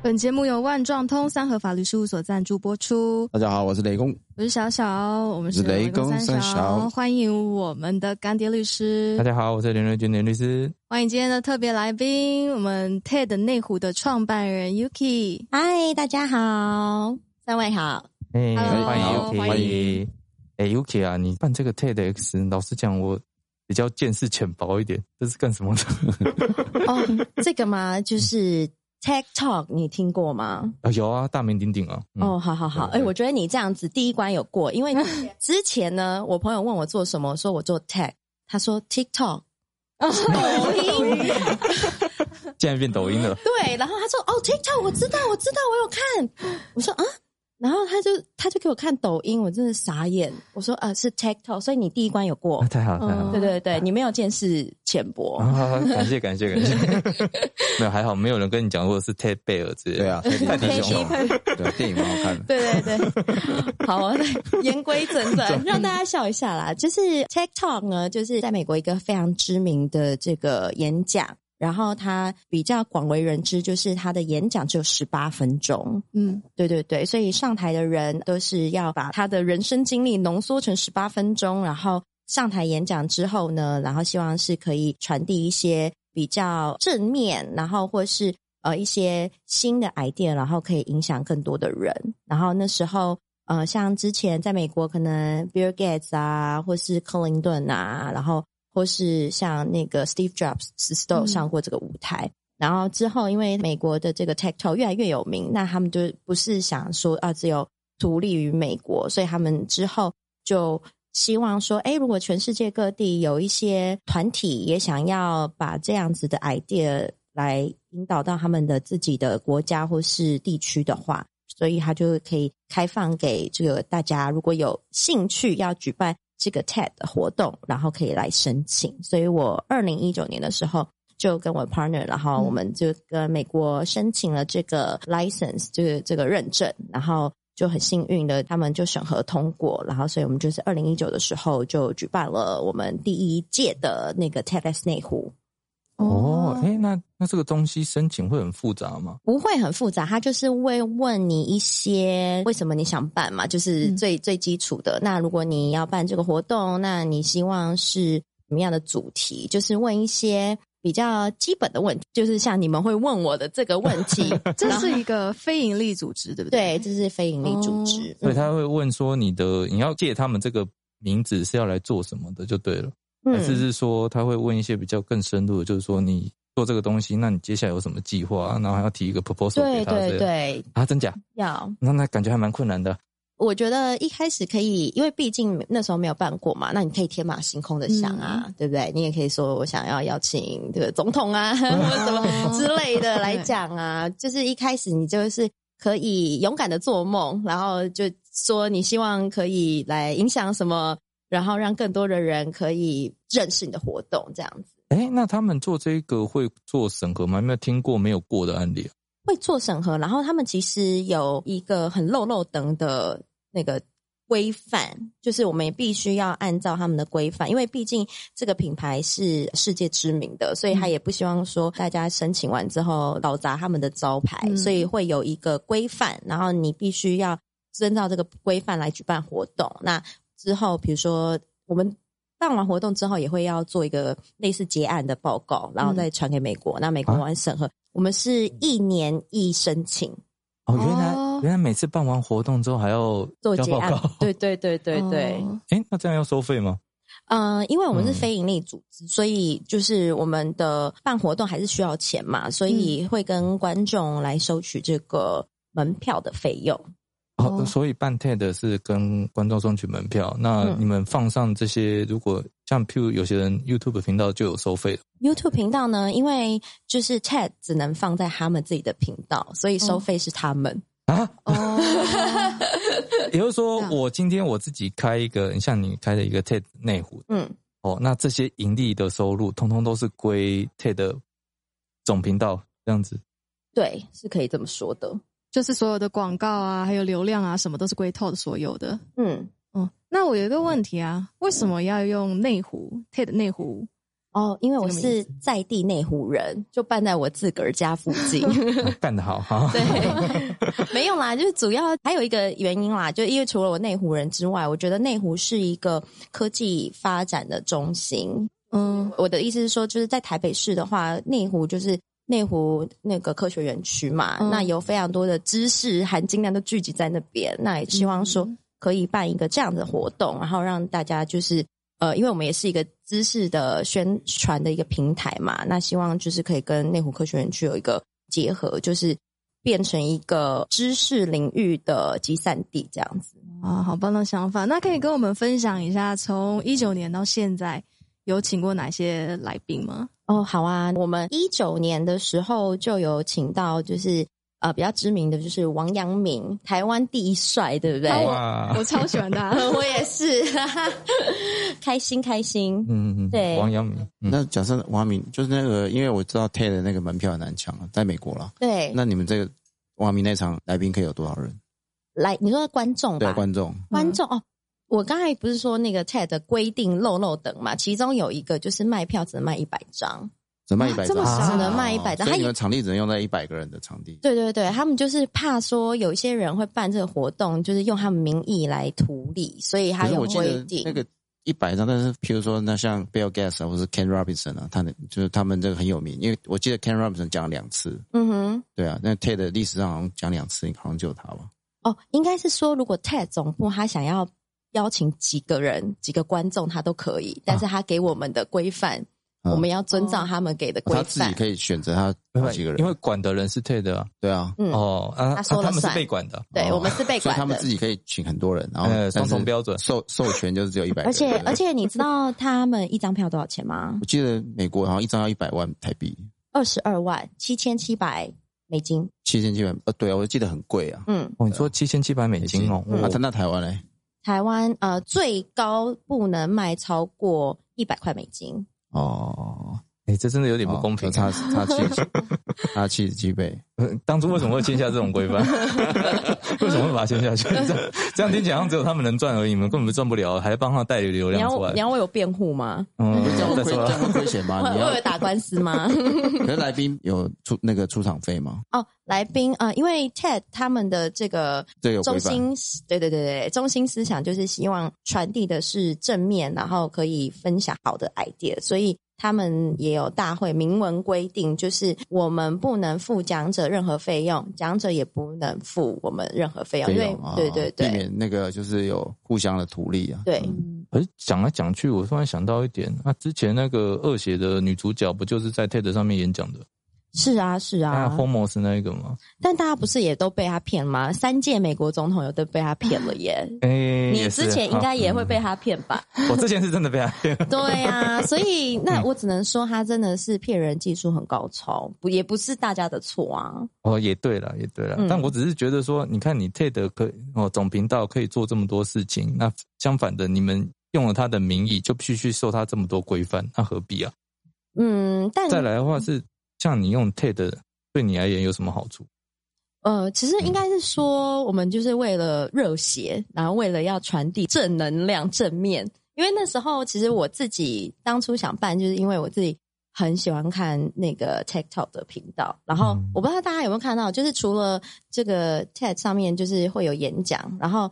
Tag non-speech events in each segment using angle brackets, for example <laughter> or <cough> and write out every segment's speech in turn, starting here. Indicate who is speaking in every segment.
Speaker 1: 本节目由万状通三和法律事务所赞助播出。
Speaker 2: 大家好，我是雷公。
Speaker 1: 我是小小，我们是
Speaker 2: 雷
Speaker 1: 雷
Speaker 2: 公
Speaker 1: 公
Speaker 2: 三
Speaker 1: 三
Speaker 2: 小
Speaker 1: 小，欢迎我们的干爹律师
Speaker 3: 大，家好，我是连瑞君连律师。
Speaker 1: 欢迎今天的特别来宾，我们 TED 内湖的创办人 Yuki。
Speaker 4: 嗨，大家好，三位好。
Speaker 3: 哎、
Speaker 1: Hello，
Speaker 3: 欢迎
Speaker 1: 欢
Speaker 3: Yuki，
Speaker 1: 迎
Speaker 3: 哎、y u k i 啊，你办这个 TEDx，老实讲，我比较见识浅薄一点，这是干什么的？
Speaker 4: 哦，这个嘛，就是 Tech Talk，你听过吗？
Speaker 3: 啊，有啊，大名鼎鼎啊。嗯、
Speaker 4: 哦，好好好，哎、
Speaker 3: 对对
Speaker 4: 我觉得你这样子第一关有过， <laughs> 因为之前呢，我朋友问我做什么，我说我做 Tech，他说 TikTok，抖哦 <laughs> 音，
Speaker 3: 竟嗯然变抖音了。
Speaker 4: 对，然后他说哦 TikTok，我知道，我知道，我有看，我说啊。然后他就他就给我看抖音，我真的傻眼。我说啊，是 TikTok，所以你第一关有过
Speaker 3: 啊，。太好了，太好了
Speaker 4: 对对对，你没有见识浅薄。
Speaker 3: 啊！感谢感谢感谢，没有还好，没有人跟你讲过是 Ted 贝尔之类
Speaker 4: <laughs>
Speaker 2: 对啊，
Speaker 3: 的。
Speaker 2: 泰迪
Speaker 3: 泰迪
Speaker 2: 泰迪
Speaker 3: 熊
Speaker 2: 熊嘛，对，电影蛮好看的。
Speaker 4: 对对对，好，言归正传，让大家笑一下啦。就是 TikTok 呢，就是在美国一个非常知名的这个演讲，然后它比较广为人知，就是它的演讲只有十八分钟。
Speaker 1: 嗯，
Speaker 4: 对对对，所以上台的人都是要把他的人生经历浓缩成十八分钟，然后上台演讲之后呢，然后希望是可以传递一些比较正面，然后或是呃一些新的 idea，然后可以影响更多的人。然后那时候呃，像之前在美国，可能 Bill Gates 啊，或是克林顿啊，然后或是像那个 Steve Jobs 是都有上过这个舞台。然后之后，因为美国的这个 TikTok 越来越有名，那他们就不是想说啊，只有独立于美国，所以他们之后就希望说，哎，如果全世界各地有一些团体也想要把这样子的 idea 来引导到他们的自己的国家或是地区的话，所以他就可以开放给这个大家，如果有兴趣要举办这个 TED 的活动，然后可以来申请。所以我二零一九年的时候。就跟我 partner，然后我们就跟美国申请了这个 license，就是这个认证，然后就很幸运的，他们就审核通过，然后所以我们就是二零一九的时候就举办了我们第一届的那个 TEDx 内湖，
Speaker 3: 哦，哎、那那这个东西申请会很复杂吗？
Speaker 4: 不会很复杂，他就是会问你一些为什么你想办嘛，就是
Speaker 1: 嗯
Speaker 4: 最、最基础的。那如果你要办这个活动，那你希望是什么样的主题？就是问一些比较基本的问题，就是像你们会问我的这个问
Speaker 1: <laughs>
Speaker 4: 题，
Speaker 1: 这是一个非营利组织，对不对？
Speaker 4: 对，这是非营利组织。
Speaker 3: 所以
Speaker 4: 嗯
Speaker 1: 哦
Speaker 3: 他会问说你的你要借他们这个名字是要来做什么的，就对了。还是
Speaker 4: 嗯
Speaker 3: 是说他会问一些比较更深入的，就是说你做这个东西，那你接下来有什么计划？啊然后还要提一个 proposal 给
Speaker 4: 对
Speaker 3: 他之类
Speaker 4: 对
Speaker 3: 的
Speaker 4: 对，
Speaker 3: 啊，真假？
Speaker 4: 要。
Speaker 3: 那那感觉还蛮困难的。
Speaker 4: 我觉得一开始可以，因为毕竟那时候没有办过嘛，那你可以天马行空的想啊，对不对？你也可以说我想要邀请这个总统啊， <laughs> 或者什么之类的来讲啊。就是一开始你就是可以勇敢的做梦，然后就说你希望可以来影响什么，然后让更多的人可以认识你的活动，这样子
Speaker 3: 哎，那他们做这个会做审核吗？有没有听过没有过的案例啊？
Speaker 4: 会做审核。然后他们其实有一个很漏漏等的那个规范，就是我们也必须要按照他们的规范，因为毕竟这个品牌是世界知名的，所以他也不希望说大家申请完之后搞砸他们的招牌，
Speaker 1: 嗯
Speaker 4: 所以会有一个规范，然后你必须要遵照这个规范来举办活动。那之后，比如说我们。办完活动之后，也会要做一个类似结案的报告，
Speaker 3: 嗯
Speaker 4: 然后再传给美国。那美
Speaker 3: 啊
Speaker 4: 国完审核，我们是一年一申请
Speaker 3: 哦，原来、
Speaker 1: 哦
Speaker 3: 原来每次办完活动之后还要
Speaker 4: 做
Speaker 3: 交
Speaker 4: 结
Speaker 3: 报
Speaker 4: 案
Speaker 3: 告。。 <laughs>
Speaker 4: 对对对对对。
Speaker 1: 哦
Speaker 3: 哎，那这样要收费吗？
Speaker 4: 嗯，因为我们是
Speaker 3: 嗯
Speaker 4: 非盈利组织，所以就是我们的办活动还是需要钱嘛，所以
Speaker 3: 嗯
Speaker 4: 会跟观众来收取这个门票的费用。
Speaker 3: 哦，
Speaker 1: 哦
Speaker 3: 所以办 TED 是跟观众送取门票。那
Speaker 4: 嗯
Speaker 3: 你们放上这些，如果像譬如有些人 YouTube 频道就有收费的
Speaker 4: YouTube 频道呢，因为就是 TED 只能放在他们自己的频道，所以
Speaker 3: 哦
Speaker 4: 收费是他们。
Speaker 3: 啊，
Speaker 1: 哦， <laughs>
Speaker 3: 也就是说
Speaker 1: 这，样
Speaker 3: 我今天我自己开一个，像你开的一个 TED 内湖
Speaker 4: 嗯，
Speaker 3: 哦，那这些盈利的收入，通通都是归 TED 总频道这
Speaker 4: <laughs>
Speaker 3: 样子。
Speaker 4: 对，是可以这么说的。
Speaker 1: 就是所有的广告啊，还有流量啊，什么都是归透的所有的。
Speaker 4: 嗯，
Speaker 1: 哦，那我有一个问题啊，为什么要用内湖 TED 内湖
Speaker 4: 哦，因为我
Speaker 1: 这个名
Speaker 4: 是在地内湖人，就办在我自个儿家附
Speaker 1: <laughs>
Speaker 4: 近。
Speaker 3: 啊干得好哈！
Speaker 4: 对，没有啦，就是主要还有一个原因啦，就因为除了我内湖人之外，我觉得内湖是一个科技发展的中心。
Speaker 1: 嗯
Speaker 4: 我的意思是说，就是在台北市的话，内湖就是内湖那个科学园区嘛，
Speaker 1: 嗯
Speaker 4: 那有非常多的知识含金量都聚集在那边。那也希望说可以办一个这样的活动，然后让大家就是呃，因为我们也是一个知识的宣传的一个平台嘛，那希望就是可以跟内湖科学园区有一个结合，就是变成一个知识领域的集散地这样子。
Speaker 1: 啊，好棒的想法！那可以跟我们分享一下，从一九年到现在，有请过哪些来宾吗？
Speaker 4: 哦，好啊，我们一九年的时候就有请到，就是呃比较知名的，就是王阳明，台湾第一帅，对不对？ <laughs>
Speaker 3: 哇，
Speaker 1: 我超喜欢他，
Speaker 4: 我也是， <laughs> 开心开心。
Speaker 3: 嗯，嗯
Speaker 4: 对
Speaker 3: 王阳明，嗯
Speaker 2: 那假设王明就是那个，因为我知道 TED 的那个门票很难抢啊，在美国啦。
Speaker 4: 对，
Speaker 2: 那你们这个王明那场来宾可以有多少人？
Speaker 4: 来，你说观众
Speaker 2: 对，
Speaker 4: 吧，
Speaker 2: 观众
Speaker 4: 观众哦。我刚才不是说那个 TED 的规定漏漏等嘛，其中有一个就是卖票只能卖一百张，
Speaker 2: 只能卖一
Speaker 4: 啊
Speaker 2: 百
Speaker 1: 这么
Speaker 2: 张，哦
Speaker 1: 少
Speaker 4: 只能卖100张
Speaker 2: 所
Speaker 4: 他
Speaker 2: 以
Speaker 4: 也
Speaker 2: 你们场地只能用在一百个人的场地。
Speaker 4: 对对对，他们就是怕说有一些人会办这个活动，就是用他们名义来图利，所以
Speaker 2: 可
Speaker 4: 他
Speaker 2: 是
Speaker 4: 有
Speaker 2: 我记
Speaker 4: 规
Speaker 2: 得
Speaker 4: 定。
Speaker 2: 那个一百张，但是譬如说那像 Bill Gates 啊，或是 Ken Robinson 啊，他的就是他们这个很有名，因为我记得 Ken Robinson 讲了两次，
Speaker 4: 嗯哼，
Speaker 2: 对啊，那 TED 的历史上好像讲两次，好像就有他吧。
Speaker 4: 哦，应该是说，如果 TED 总部他想要邀请几个人、几个观众，他都可以，但是
Speaker 2: 啊
Speaker 4: 他给我们的规范，
Speaker 2: 嗯
Speaker 4: 我们要遵照他们给的规
Speaker 2: 哦他自
Speaker 4: 范。
Speaker 2: 己可以选择他
Speaker 3: 没
Speaker 2: 好
Speaker 3: 办法
Speaker 2: 几个人，
Speaker 3: 因为管的人是 TED 啊，
Speaker 2: 对啊，
Speaker 4: 嗯，
Speaker 3: 哦
Speaker 4: 他
Speaker 3: 啊，啊
Speaker 4: 说了
Speaker 3: 他们是
Speaker 4: 算
Speaker 3: 被管的，
Speaker 4: 对，
Speaker 2: 哦
Speaker 4: 我们是被
Speaker 2: <laughs> 所以他
Speaker 4: 管
Speaker 2: 们
Speaker 4: 的
Speaker 2: 自。己可以请很多人，然后
Speaker 3: 呃
Speaker 2: 但是
Speaker 3: 双重标准
Speaker 2: 授授权就是只有一百，
Speaker 4: 而且呃而且，你知道他们一张票多少钱吗
Speaker 2: 我？记得美国好像一张要一百万台币，
Speaker 4: 二十二万七千七百美金。
Speaker 2: 七千七百，呃，对啊，我记得很贵啊。
Speaker 4: 嗯，
Speaker 3: 哦，你说七千七百美金哦，
Speaker 4: 嗯
Speaker 2: 啊，
Speaker 3: 哇
Speaker 2: 他那台湾嘞？
Speaker 4: 台湾呃最高不能卖超过一百块美金。
Speaker 2: 哦，
Speaker 3: 哎，这真的有点不公平
Speaker 2: 哦。差差七
Speaker 3: <laughs>
Speaker 2: 十，差七十几倍。
Speaker 3: 呃 <laughs> 当初为什么会签下这种规范？ <laughs> 为什么会把它签下去？这样这样听起来好像只有他们能赚而已，你们根本赚不了，还帮他带流
Speaker 4: 你
Speaker 3: 量出
Speaker 4: 要
Speaker 3: 来
Speaker 4: 你。要为我辩护吗？
Speaker 3: 嗯
Speaker 2: 这样会
Speaker 3: 再
Speaker 2: 亏
Speaker 3: 说
Speaker 2: 这
Speaker 3: 了
Speaker 2: 样，会亏钱
Speaker 4: 为
Speaker 2: 啊吗？你
Speaker 4: 为
Speaker 2: 要
Speaker 4: <laughs> 我打官司吗？ <laughs>
Speaker 2: 可是来宾有出那个出场费吗？
Speaker 4: 哦，来宾呃，因为 TED 他们的这个
Speaker 2: 这个有
Speaker 4: 中
Speaker 2: 规范。
Speaker 4: 心思，对对对对，中心思想就是希望传递的是正面，然后可以分享好的 idea，所以他们也有大会明文规定，就是我们不能付讲者任何费用，讲者也不能付我们任何费用，
Speaker 2: 费
Speaker 4: 因
Speaker 2: 用
Speaker 4: 为
Speaker 2: 啊，
Speaker 4: 对对
Speaker 2: 避
Speaker 4: 对
Speaker 2: 免那个就是有互相的图利啊。
Speaker 4: 对，
Speaker 3: 可是哎讲来讲去，我突然想到一点，那、之前那个恶血的女主角不就是在 TED 上面演讲的？
Speaker 4: 是啊是
Speaker 3: 那
Speaker 4: 啊，
Speaker 3: Homos 那一个吗？
Speaker 4: 但大家不是也都被他骗吗？三届美国总统有的被他骗了耶。
Speaker 3: 哎、
Speaker 2: 嗯
Speaker 4: 你
Speaker 3: 也是嗯
Speaker 4: 之前应该也会被他骗吧？
Speaker 2: 啊
Speaker 3: 好我之前是真的被他骗了。
Speaker 4: 对呀、所以
Speaker 2: <laughs>
Speaker 4: 那我只能说他真的是骗人技术很高超，不也不是大家的错啊。
Speaker 3: <laughs> 哦，也对了，也对了、
Speaker 4: 嗯
Speaker 3: 但我只是觉得说，你看你 TED 可以哦总频道可以做这么多事情，那相反的，你们用了他的名义，就必须受他这么多规范，那何必啊？
Speaker 4: 嗯，但
Speaker 3: 再来的话是，像你用 TED 对你而言有什么好处？
Speaker 4: 呃，其
Speaker 1: 嗯
Speaker 4: 实应该是说，我们就是为了热血，然后为了要传递正能量、正面。因为那时候，其实我自己当初想办，就是因为我自己很喜欢看那个 TikTok 的频道。然后
Speaker 3: 嗯
Speaker 4: 我不知道大家有没有看到，就是除了这个 TED 上面，就是会有演讲，然后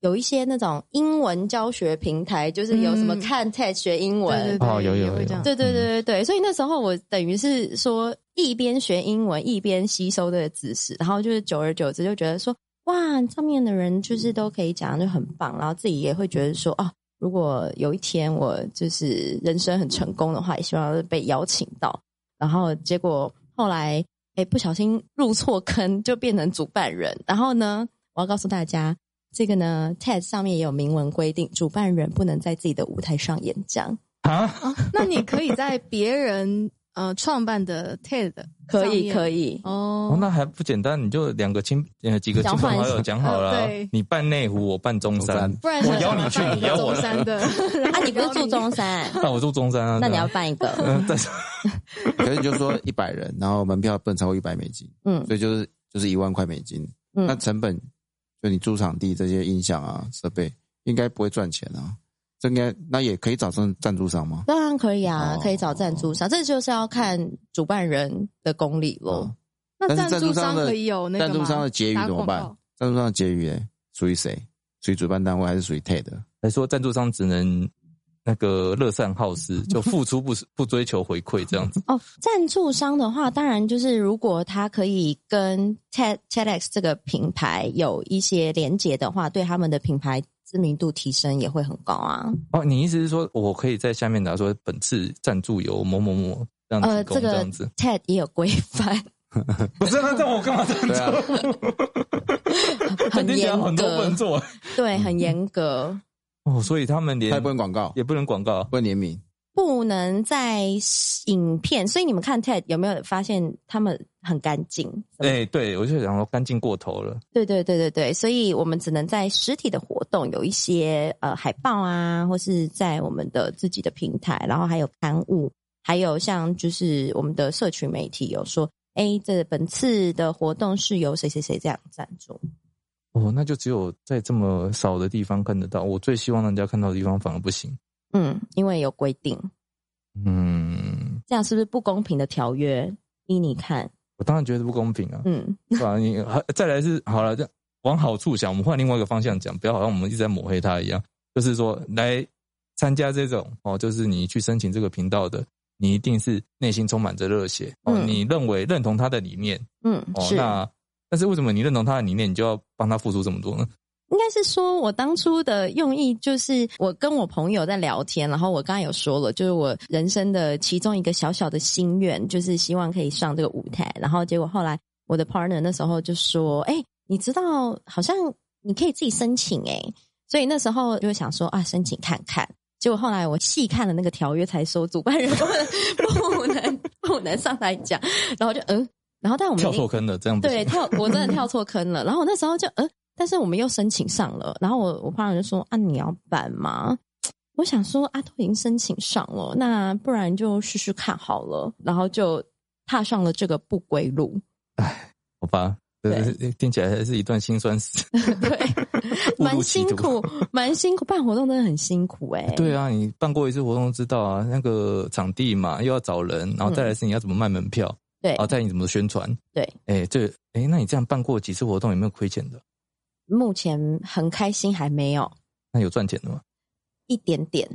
Speaker 4: 有一些那种英文教学平台，就是有什么
Speaker 1: 嗯
Speaker 4: 看 TED 学英文，
Speaker 1: 对对对，
Speaker 3: 哦有有
Speaker 1: 也会这样
Speaker 3: 有
Speaker 4: 对对对对对，所以那时候我等于是说一边学英文一边吸收的知识，然后就是久而久之就觉得说，哇，上面的人就是都可以讲，就很棒，然后自己也会觉得说，哦，如果有一天我就是人生很成功的话，也希望被邀请到。然后结果后来，哎，不小心入错坑，就变成主办人。然后呢，我要告诉大家。这个呢，TED 上面也有明文规定，主办人不能在自己的舞台上演讲。
Speaker 3: 啊，
Speaker 1: 哦那你可以在别人呃创办的 TED
Speaker 4: 可以，可
Speaker 1: 以
Speaker 4: 以，
Speaker 1: 哦
Speaker 3: 哦，那还不简单？你就两个亲呃几个亲
Speaker 4: 交
Speaker 3: 朋
Speaker 4: 换
Speaker 3: 好友讲好了啊、
Speaker 1: 呃对
Speaker 3: 你办内湖，我办中
Speaker 2: 中
Speaker 3: 山
Speaker 2: 山，
Speaker 1: 不然
Speaker 3: 我邀你去你邀我
Speaker 1: 中山的，
Speaker 4: <laughs> 啊，你不是住中 <laughs> 山，
Speaker 3: <laughs> 那我住中山啊。
Speaker 4: 那你要
Speaker 3: 对啊
Speaker 4: 办一个，
Speaker 3: 嗯，但是
Speaker 2: 可是你就说一百人，然后门票不能超过一百美金，
Speaker 4: 嗯
Speaker 2: 所以就是就是一万块美金。
Speaker 4: 嗯
Speaker 2: 那成本就你租场地这些音响啊设备，应该不会赚钱啊。这应该那也可以找上赞助商吗？
Speaker 4: <laughs> 当然可以啊，
Speaker 2: 哦
Speaker 4: 可以找赞助商，这就是要看主办人的功力咯。
Speaker 2: 哦
Speaker 1: 那
Speaker 2: 但是
Speaker 1: 赞
Speaker 2: 赞助商
Speaker 1: 商
Speaker 2: 的
Speaker 1: 可以有那个
Speaker 2: 赞助
Speaker 1: 吗
Speaker 2: 商的结余
Speaker 1: 打
Speaker 2: 怎么
Speaker 1: 广
Speaker 2: 办
Speaker 1: 告？
Speaker 2: 赞助商的结余嘞，属于谁？属于主办单位还是属于 TED？
Speaker 3: 还说赞助商只能那个乐善好施，就付出不 <laughs> 不追求回馈这样子。
Speaker 4: 哦，赞助商的话，当然就是如果他可以跟 TED TEDx 这个品牌有一些连结的话，对他们的品牌知名度提升也会很高啊。
Speaker 3: 哦，你意思是说我可以在下面打说本次赞助由某某某这样
Speaker 4: 呃，
Speaker 3: 提
Speaker 4: 这
Speaker 3: 供、这
Speaker 4: 个
Speaker 3: 样子？
Speaker 4: TED 也有规 <laughs> 范，
Speaker 3: 不是，那这样我干嘛赞
Speaker 2: 对啊，
Speaker 3: <laughs>
Speaker 4: 很严格，
Speaker 3: 做
Speaker 4: 对，很严格，
Speaker 3: 啊哦，所以他们连
Speaker 2: 他也不能广告，
Speaker 3: 也不能广告
Speaker 2: 不能联名，
Speaker 4: 不能在影片。所以你们看 TED 有没有发现他们很干净？
Speaker 3: 哎、对我就想说干净过头了。
Speaker 4: 对对对对对，所以我们只能在实体的活动有一些呃海报啊，或是在我们的自己的平台，然后还有刊物，还有像就是我们的社群媒体有说，哎，这本次的活动是由谁谁谁这样赞助。
Speaker 3: 哦，那就只有在这么少的地方看得到。我最希望人家看到的地方反而不行。
Speaker 4: 嗯，因为有规定，
Speaker 3: 嗯，
Speaker 4: 这样是不是不公平的条约？依你看，
Speaker 3: 我当然觉得不公平啊。
Speaker 4: 嗯，
Speaker 3: 对啊，你还再来是好了，这样往好处想，我们换另外一个方向讲，不要好像我们一直在抹黑他一样，就是说来参加这种哦，就是你去申请这个频道的，你一定是内心充满着热血哦，
Speaker 4: 嗯
Speaker 3: 你认为认同他的理念
Speaker 4: 嗯，
Speaker 3: 哦，
Speaker 4: 是，
Speaker 3: 那但是为什么你认同他的理念，你就要帮他付出这么多呢？
Speaker 4: 应该是说我当初的用意就是，我跟我朋友在聊天，然后我刚才有说了，就是我人生的其中一个小小的心愿，就是希望可以上这个舞台。然后结果后来我的 partner 那时候就说：“哎、你知道，好像你可以自己申请哎、所以那时候就想说啊，申请看看。结果后来我细看了那个条约，才说主办人不 <laughs> 能不能不能上台讲，然后就嗯，然后但我们已
Speaker 3: 跳
Speaker 4: 经
Speaker 3: 错坑了，这样
Speaker 4: <laughs>
Speaker 3: 不
Speaker 4: 对，
Speaker 3: 行。
Speaker 4: 跳我真的跳错坑了。然后我那时候就呃，但是我们又申请上了，然后我我朋友就说啊，你要办吗？我想说啊，都已经申请上了，那不然就试试看好了。然后就踏上了这个不归路。
Speaker 3: 好吧，这 <laughs> 听起来还是一段辛酸史。
Speaker 4: <laughs>
Speaker 3: <laughs>
Speaker 4: 对，
Speaker 3: 误
Speaker 4: 蛮
Speaker 3: 入歧
Speaker 4: 辛
Speaker 3: 途
Speaker 4: 苦，蛮辛苦，办活动真的很辛苦哎、
Speaker 3: 对啊，你办过一次活动知道啊，那个场地嘛，又要找人，然后再来是你要怎么卖门票，
Speaker 4: 对
Speaker 3: 然后再来你怎么宣传。
Speaker 4: 对，
Speaker 3: 哎，这哎，那你这样办过几次活动，有没有亏钱的？
Speaker 4: 目前很开心，还没有
Speaker 3: 那有赚钱的吗？
Speaker 4: 一点点。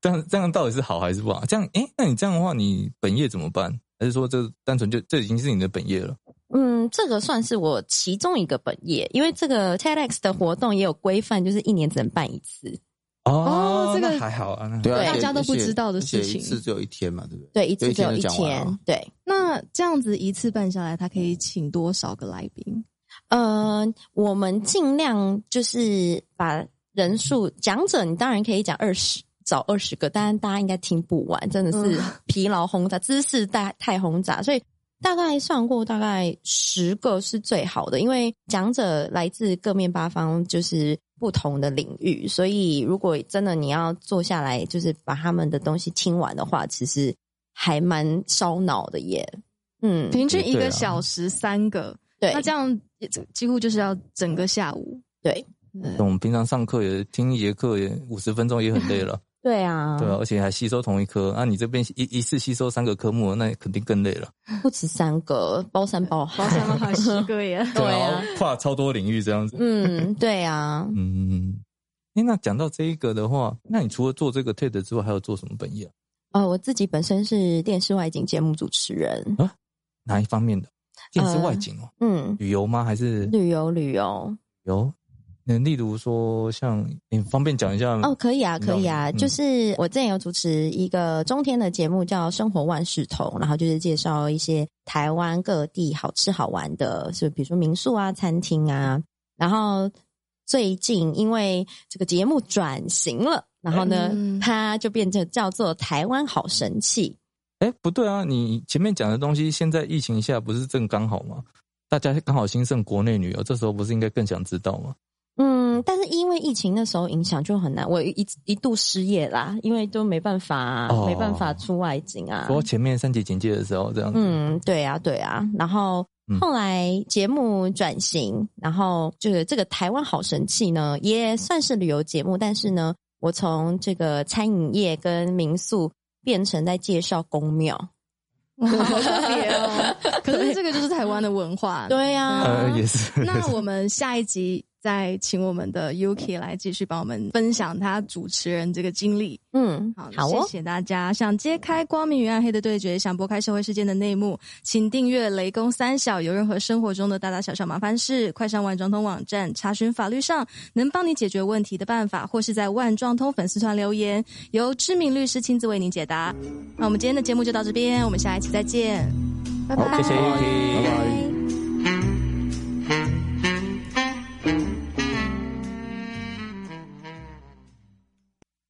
Speaker 3: 这样这样到底是好还是不好？这样哎，那你这样的话，你本业怎么办？还是说这单纯就这已经是你的本业了？
Speaker 4: 嗯，这个算是我其中一个本业，因为这个 TEDx 的活动也有规范，就是一年只能办一次。
Speaker 1: 哦这个
Speaker 3: 那还好啊，那
Speaker 2: 对啊，
Speaker 4: 对
Speaker 2: 而且
Speaker 1: 大家都不
Speaker 2: 而且
Speaker 1: 知道的
Speaker 2: 而且
Speaker 1: 事情
Speaker 2: 一次只有一天嘛，对不对？啊
Speaker 4: 对，一次只有
Speaker 2: 就
Speaker 4: 一
Speaker 2: 一天就讲完
Speaker 4: 天
Speaker 2: 了。
Speaker 4: 对，
Speaker 1: 那这样子一次办下来，他可以请多少个来宾？
Speaker 4: 呃，我们尽量就是把人数讲者，你当然可以讲二十，找二十个，当然大家应该听不完，真的是 <laughs>
Speaker 1: 嗯
Speaker 4: 疲劳轰炸，知识大太轰炸，所以。大概上过大概十个是最好的，因为讲者来自各面八方，就是不同的领域，所以如果真的你要坐下来，就是把他们的东西听完的话，其实还蛮烧脑的耶。嗯，
Speaker 1: 平均一
Speaker 3: 对
Speaker 1: 个
Speaker 3: 啊
Speaker 1: 小时三个，
Speaker 4: 对，
Speaker 1: 那这样也几乎就是要整个下午。
Speaker 4: 对
Speaker 1: 对
Speaker 3: 我们平常上课也听一节课也五十分钟也很累了，
Speaker 4: 对啊，
Speaker 3: 对啊，而且还吸收同一科啊，你这边一一次吸收三个科目，那肯定更累了。
Speaker 4: 不止三个，包山包
Speaker 1: 包
Speaker 4: 海。
Speaker 1: 厢的话十个耶，
Speaker 4: 对啊
Speaker 3: 然后跨超多领域这样子。
Speaker 4: 嗯，对啊，
Speaker 3: 嗯，哎，那讲到这一个的话，那你除了做这个 TED 之外，还有做什么本业啊？
Speaker 4: 呃，我自己本身是电视外景节目主持人，
Speaker 3: 哪一方面的？电视外景哦，
Speaker 4: 嗯，
Speaker 3: 旅游吗？还是旅
Speaker 4: 旅游旅游，
Speaker 3: 游？那例如说像，你方便讲一下
Speaker 4: 哦，可以啊，可以啊，
Speaker 3: 嗯
Speaker 4: 就是我之前有主持一个中天的节目叫《生活万事通》，然后就是介绍一些台湾各地好吃好玩的，是比如说民宿啊、餐厅啊。然后最近因为这个节目转型了，然后呢，
Speaker 1: 嗯
Speaker 4: 它就变成叫做《台湾好神器》。
Speaker 3: 哎，不对啊，你前面讲的东西，现在疫情下不是正刚好吗？大家刚好兴盛国内旅游，这时候不是应该更想知道吗？
Speaker 4: 嗯，但是因为疫情那时候影响就很难，我一一度失业啦，因为都没办法、
Speaker 3: 哦
Speaker 4: 没办法出外景啊。嗯
Speaker 3: 说前面三级警戒的时候这样子，
Speaker 4: 嗯，对啊，对啊。然后
Speaker 3: 嗯
Speaker 4: 后来节目转型，然后这个这个台湾好神气呢，也算是旅游节目，但是呢，我从这个餐饮业跟民宿变成在介绍宫庙。
Speaker 1: 哇， <laughs> 好特别哦！可是这个就是台湾的文化。
Speaker 4: 对啊呀、
Speaker 3: 呃，也是。
Speaker 1: 那我们下一集再请我们的 Yuki 来继续帮我们分享他主持人这个经历。
Speaker 4: 嗯，
Speaker 1: 好，
Speaker 4: 好哦，
Speaker 1: 谢谢大家。想揭开光明与暗黑的对决，想拨开社会事件的内幕，请订阅《雷公三小》。有任何生活中的大大小小麻烦事，快上万状通网站查询法律上能帮你解决问题的办法，或是在万状通粉丝团留言，由知名律师亲自为您解答。那我们今天的节目就到这边，我们下一期再见，拜
Speaker 3: 好，
Speaker 1: 拜。
Speaker 3: 谢谢 Yuki。
Speaker 2: 拜拜。
Speaker 4: 拜